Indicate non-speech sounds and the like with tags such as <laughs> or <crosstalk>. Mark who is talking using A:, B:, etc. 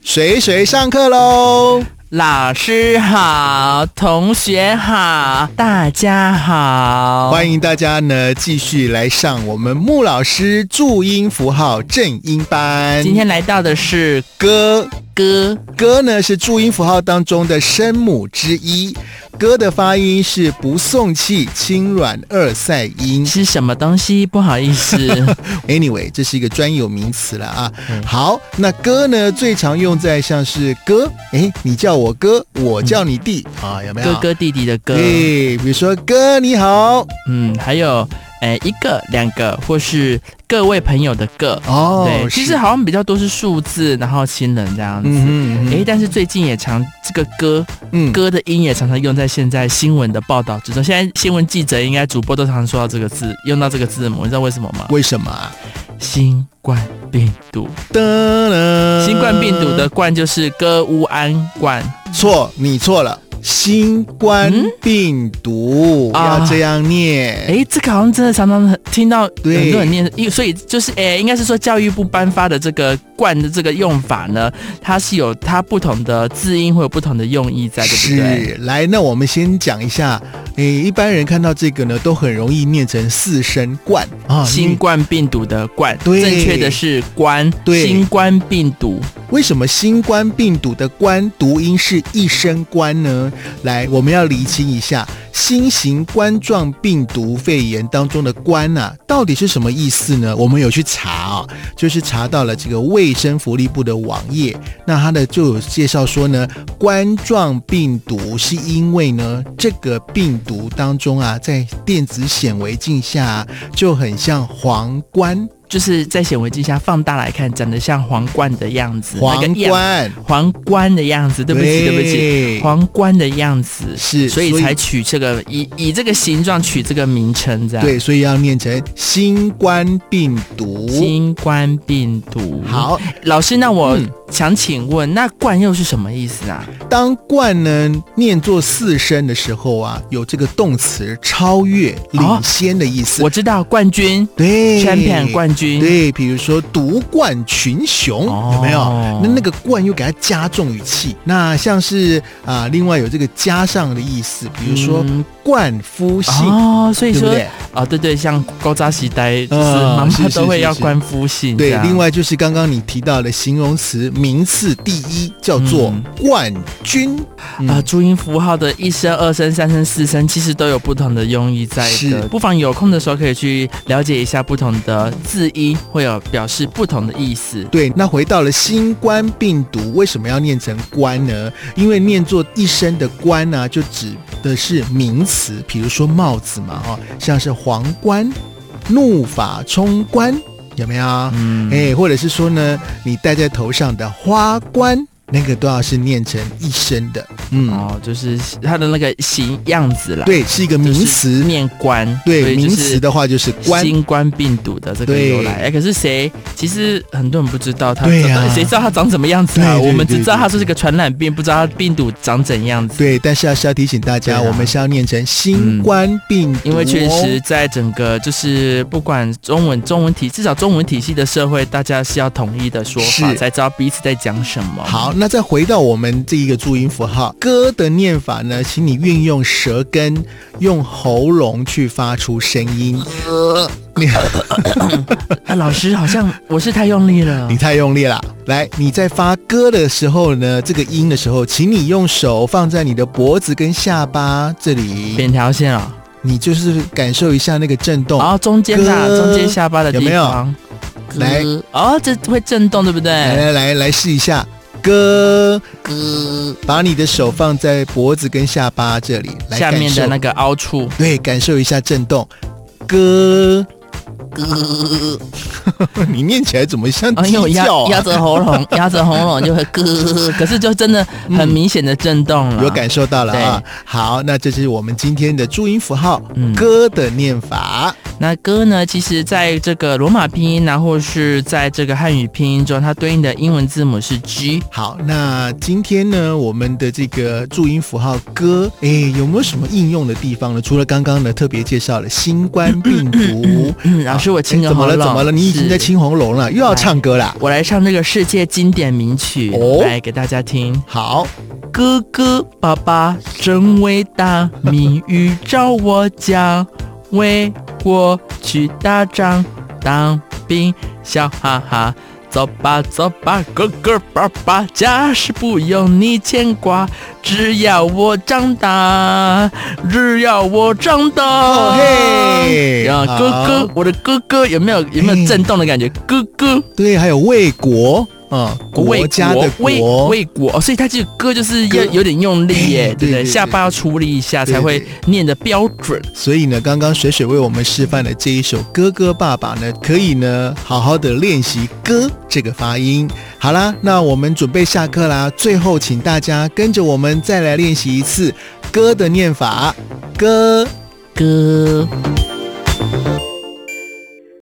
A: 水水上课喽！
B: 老师好，同学好，大家好，
A: 欢迎大家呢继续来上我们穆老师注音符号正音班。
B: 今天来到的是
A: 歌
B: 歌，
A: 歌呢是注音符号当中的声母之一，歌的发音是不送气、轻软二塞音。
B: 是什么东西？不好
A: <laughs>
B: 意思，
A: Anyway，这是一个专有名词了啊。
B: 嗯
A: 好，那哥呢最常用在像是哥，诶，你叫我哥，我叫你弟、啊，有没有？
B: 嗯哥哥弟弟的哥，
A: 对，比如说哥你好
B: 嗯，还有哎、一个、两个，或是各位朋友的各。
A: 哦，
B: 对，其
A: 是
B: 实好像比较多是数字，然后亲人这样子。
A: 嗯
B: 哎、
A: 嗯
B: 但是最近也常这个歌
A: 嗯
B: 歌的音也常常用在现在新闻的报道之中。现在新闻记者应该主播都常说到这个字，用到这个字母，你知道为什么吗？
A: 为什么啊？
B: 新冠病毒，
A: 噔噔
B: 新冠病毒的冠就是歌乌安冠，
A: 错，你错了。新冠
B: 嗯
A: 病毒、
B: 啊
A: 要这样念，
B: 哎，这个好像真的常常很听到
A: 嗯对
B: 很多人念，因所以就是哎，诶应该是说教育部颁发的这个冠的这个用法呢，它是有它不同的字音会有不同的用意在，对不对？
A: 是，啊来，那我们先讲一下，诶，一般人看到这个呢，都很容易念成四声冠啊。
B: 新
A: 你
B: 冠病毒的冠，
A: 对
B: 正确的是冠，
A: 对
B: 新冠病毒
A: 为什么新冠病毒的冠读音是一声冠呢？来，我们要厘清一下，新型冠状病毒肺炎当中的冠啊，到底是什么意思呢？我们有去查啊、就是查到了这个卫生福利部的网页，那它的就有介绍说呢，冠状病毒是因为呢，这个病毒当中啊，在电子显微镜下啊、就很像皇冠，
B: 就是在显微镜下放大来看，长得像皇冠的样子，
A: 皇
B: 那个样
A: 冠。
B: 皇冠的样子，对不起，对不起，
A: 起
B: 皇冠的样子，
A: 是
B: 所以才取这个以以这个形状取这个名称，这样。，
A: 对，所以要念成新冠病毒。
B: 新冠病毒。，
A: 好，
B: 老师，那我
A: 嗯
B: 想请问，那冠又是什么意思啊？
A: 当冠呢念作四声的时候啊，有这个动词超越、领先的意思。
B: 哦我知道冠军
A: 对
B: ，champion 冠军，
A: 对，比如说独冠群雄，
B: 哦
A: 有没有？那那个冠又给它加重语气。那像是啊、另外有这个加上的意思，比如说
B: 嗯
A: 冠夫姓，
B: 哦，所以
A: 对不
B: 说
A: 对？
B: 哦，对对，像高扎西呆，就是
A: 嗯
B: 妈
A: 是
B: 妈
A: 是
B: 都会
A: 是
B: 要
A: 是
B: 冠夫姓，这
A: 对，
B: 样
A: 另外就是刚刚你提到的形容词名次第一，叫做
B: 嗯
A: 冠军。嗯
B: 啊，注音符号的一声、二声、三声、四声，其实都有不同的用意在
A: 是
B: 的。不妨有空的时候可以去了解一下不同的字音，会有表示不同的意思。
A: 对，那回到了新冠病毒，为什么要念成冠呢？因为念作一声的冠呢、就指的是名词，比如说帽子嘛，哦，像是皇冠、怒发冲冠，有没有？
B: 嗯，
A: 哎，或者是说呢，你戴在头上的花冠，那个都要是念成一声的，嗯，
B: 哦，就是它的那个形样子啦，，
A: 对，是一个名词，
B: 面冠，所
A: 对，
B: 以就
A: 名
B: 是
A: 词的话就是冠。
B: 新冠病毒的这个
A: 对
B: 由来，哎，可是谁？其实很多人不知道它，
A: 对呀
B: 谁知道它长什么样子
A: 对
B: 啊？
A: 对
B: 我们
A: 对
B: 只知道
A: 对
B: 它是一个传染病，不知道它病毒长怎样子。
A: 对，但是要是要提醒大家，
B: 对啊
A: 我们是要念成新
B: 嗯
A: 冠病毒、哦
B: 因为确实，在整个就是不管中文中文体，至少中文体系的社会，大家是要统一的说法，
A: 是
B: 才知道彼此在讲什么。， <laughs>
A: 好，那再回到我们这一个注音符号“歌”的念法呢，请你运用舌根，用喉咙去发出声音。
B: 那啊老师好像我是太用力
A: <laughs>
B: 了
A: 你。太用力了。来，你在发“歌”的时候呢，这个音的时候，请你用手放在你的脖子跟下巴这里，
B: 扁条线啊、
A: 你就是感受一下那个震动。
B: 然后中间的啊
A: 咯
B: 中间下巴的地
A: 哦有没有
B: 方，咯
A: 来
B: 哦，这会震动对不
A: 来
B: 对？
A: 来来来试一下“歌
B: 咯”，
A: 把你的手放在脖子跟下巴这里，来
B: 下面
A: 感
B: 的
A: 受
B: 那个凹
A: <laughs>
B: 处，
A: 对，感受一下震动。
B: <laughs>
A: 歌，你念起来怎么像
B: 啊，
A: 鸡
B: 因为我压
A: 叫
B: 压
A: 啊？
B: 着喉咙，
A: <laughs>
B: 压着喉咙就会咯，可是就真的很
A: 嗯
B: 明显的震动了。
A: 有感受到了啊！好，那这是我们今天的注音符号
B: 嗯
A: “歌”的念法。
B: 那歌呢，其实在这个罗马拼音呢，或是在这个汉语拼音中，它对应的英文字母是 G。
A: 好，那今天呢，我们的这个注音符号“歌”，哎，有没有什么应用的地方呢？除了刚刚呢特别介绍了新冠病毒，
B: <laughs> 嗯，老所以我清
A: 诶
B: 个
A: 啊哎怎么了？
B: 喉咙
A: 怎么了？你已经
B: 是
A: 在清喉咙了，又要唱歌啦？
B: 我来唱这个世界经典名曲，
A: 哦
B: 来给大家听。
A: 好，
B: 哥哥爸爸真伟大，谜语找我讲，为我去打仗当兵，笑哈哈。走吧走吧，哥哥爸爸，家事不用你牵挂，只要我长大，只要我长大。
A: 哦嘿啊
B: 然后哥哥
A: 好，
B: 我的哥哥有没有有没
A: 嘿
B: 有震动的感觉？哥哥。
A: 对，还有卫国啊、嗯，国家的
B: 为
A: 国，
B: 为国，哦所以他这个歌就是
A: 歌
B: 要有点用力耶，
A: 哎
B: 对不
A: 对对
B: 对？下巴要出力一下
A: 对
B: 才会念的标准。
A: 所以呢，刚刚水水为我们示范的这一首《哥哥爸爸》呢，可以呢好好的练习“哥”这个发音。好啦，那我们准备下课啦。最后，请大家跟着我们再来练习一次“哥”的念法，“哥”。
B: 歌。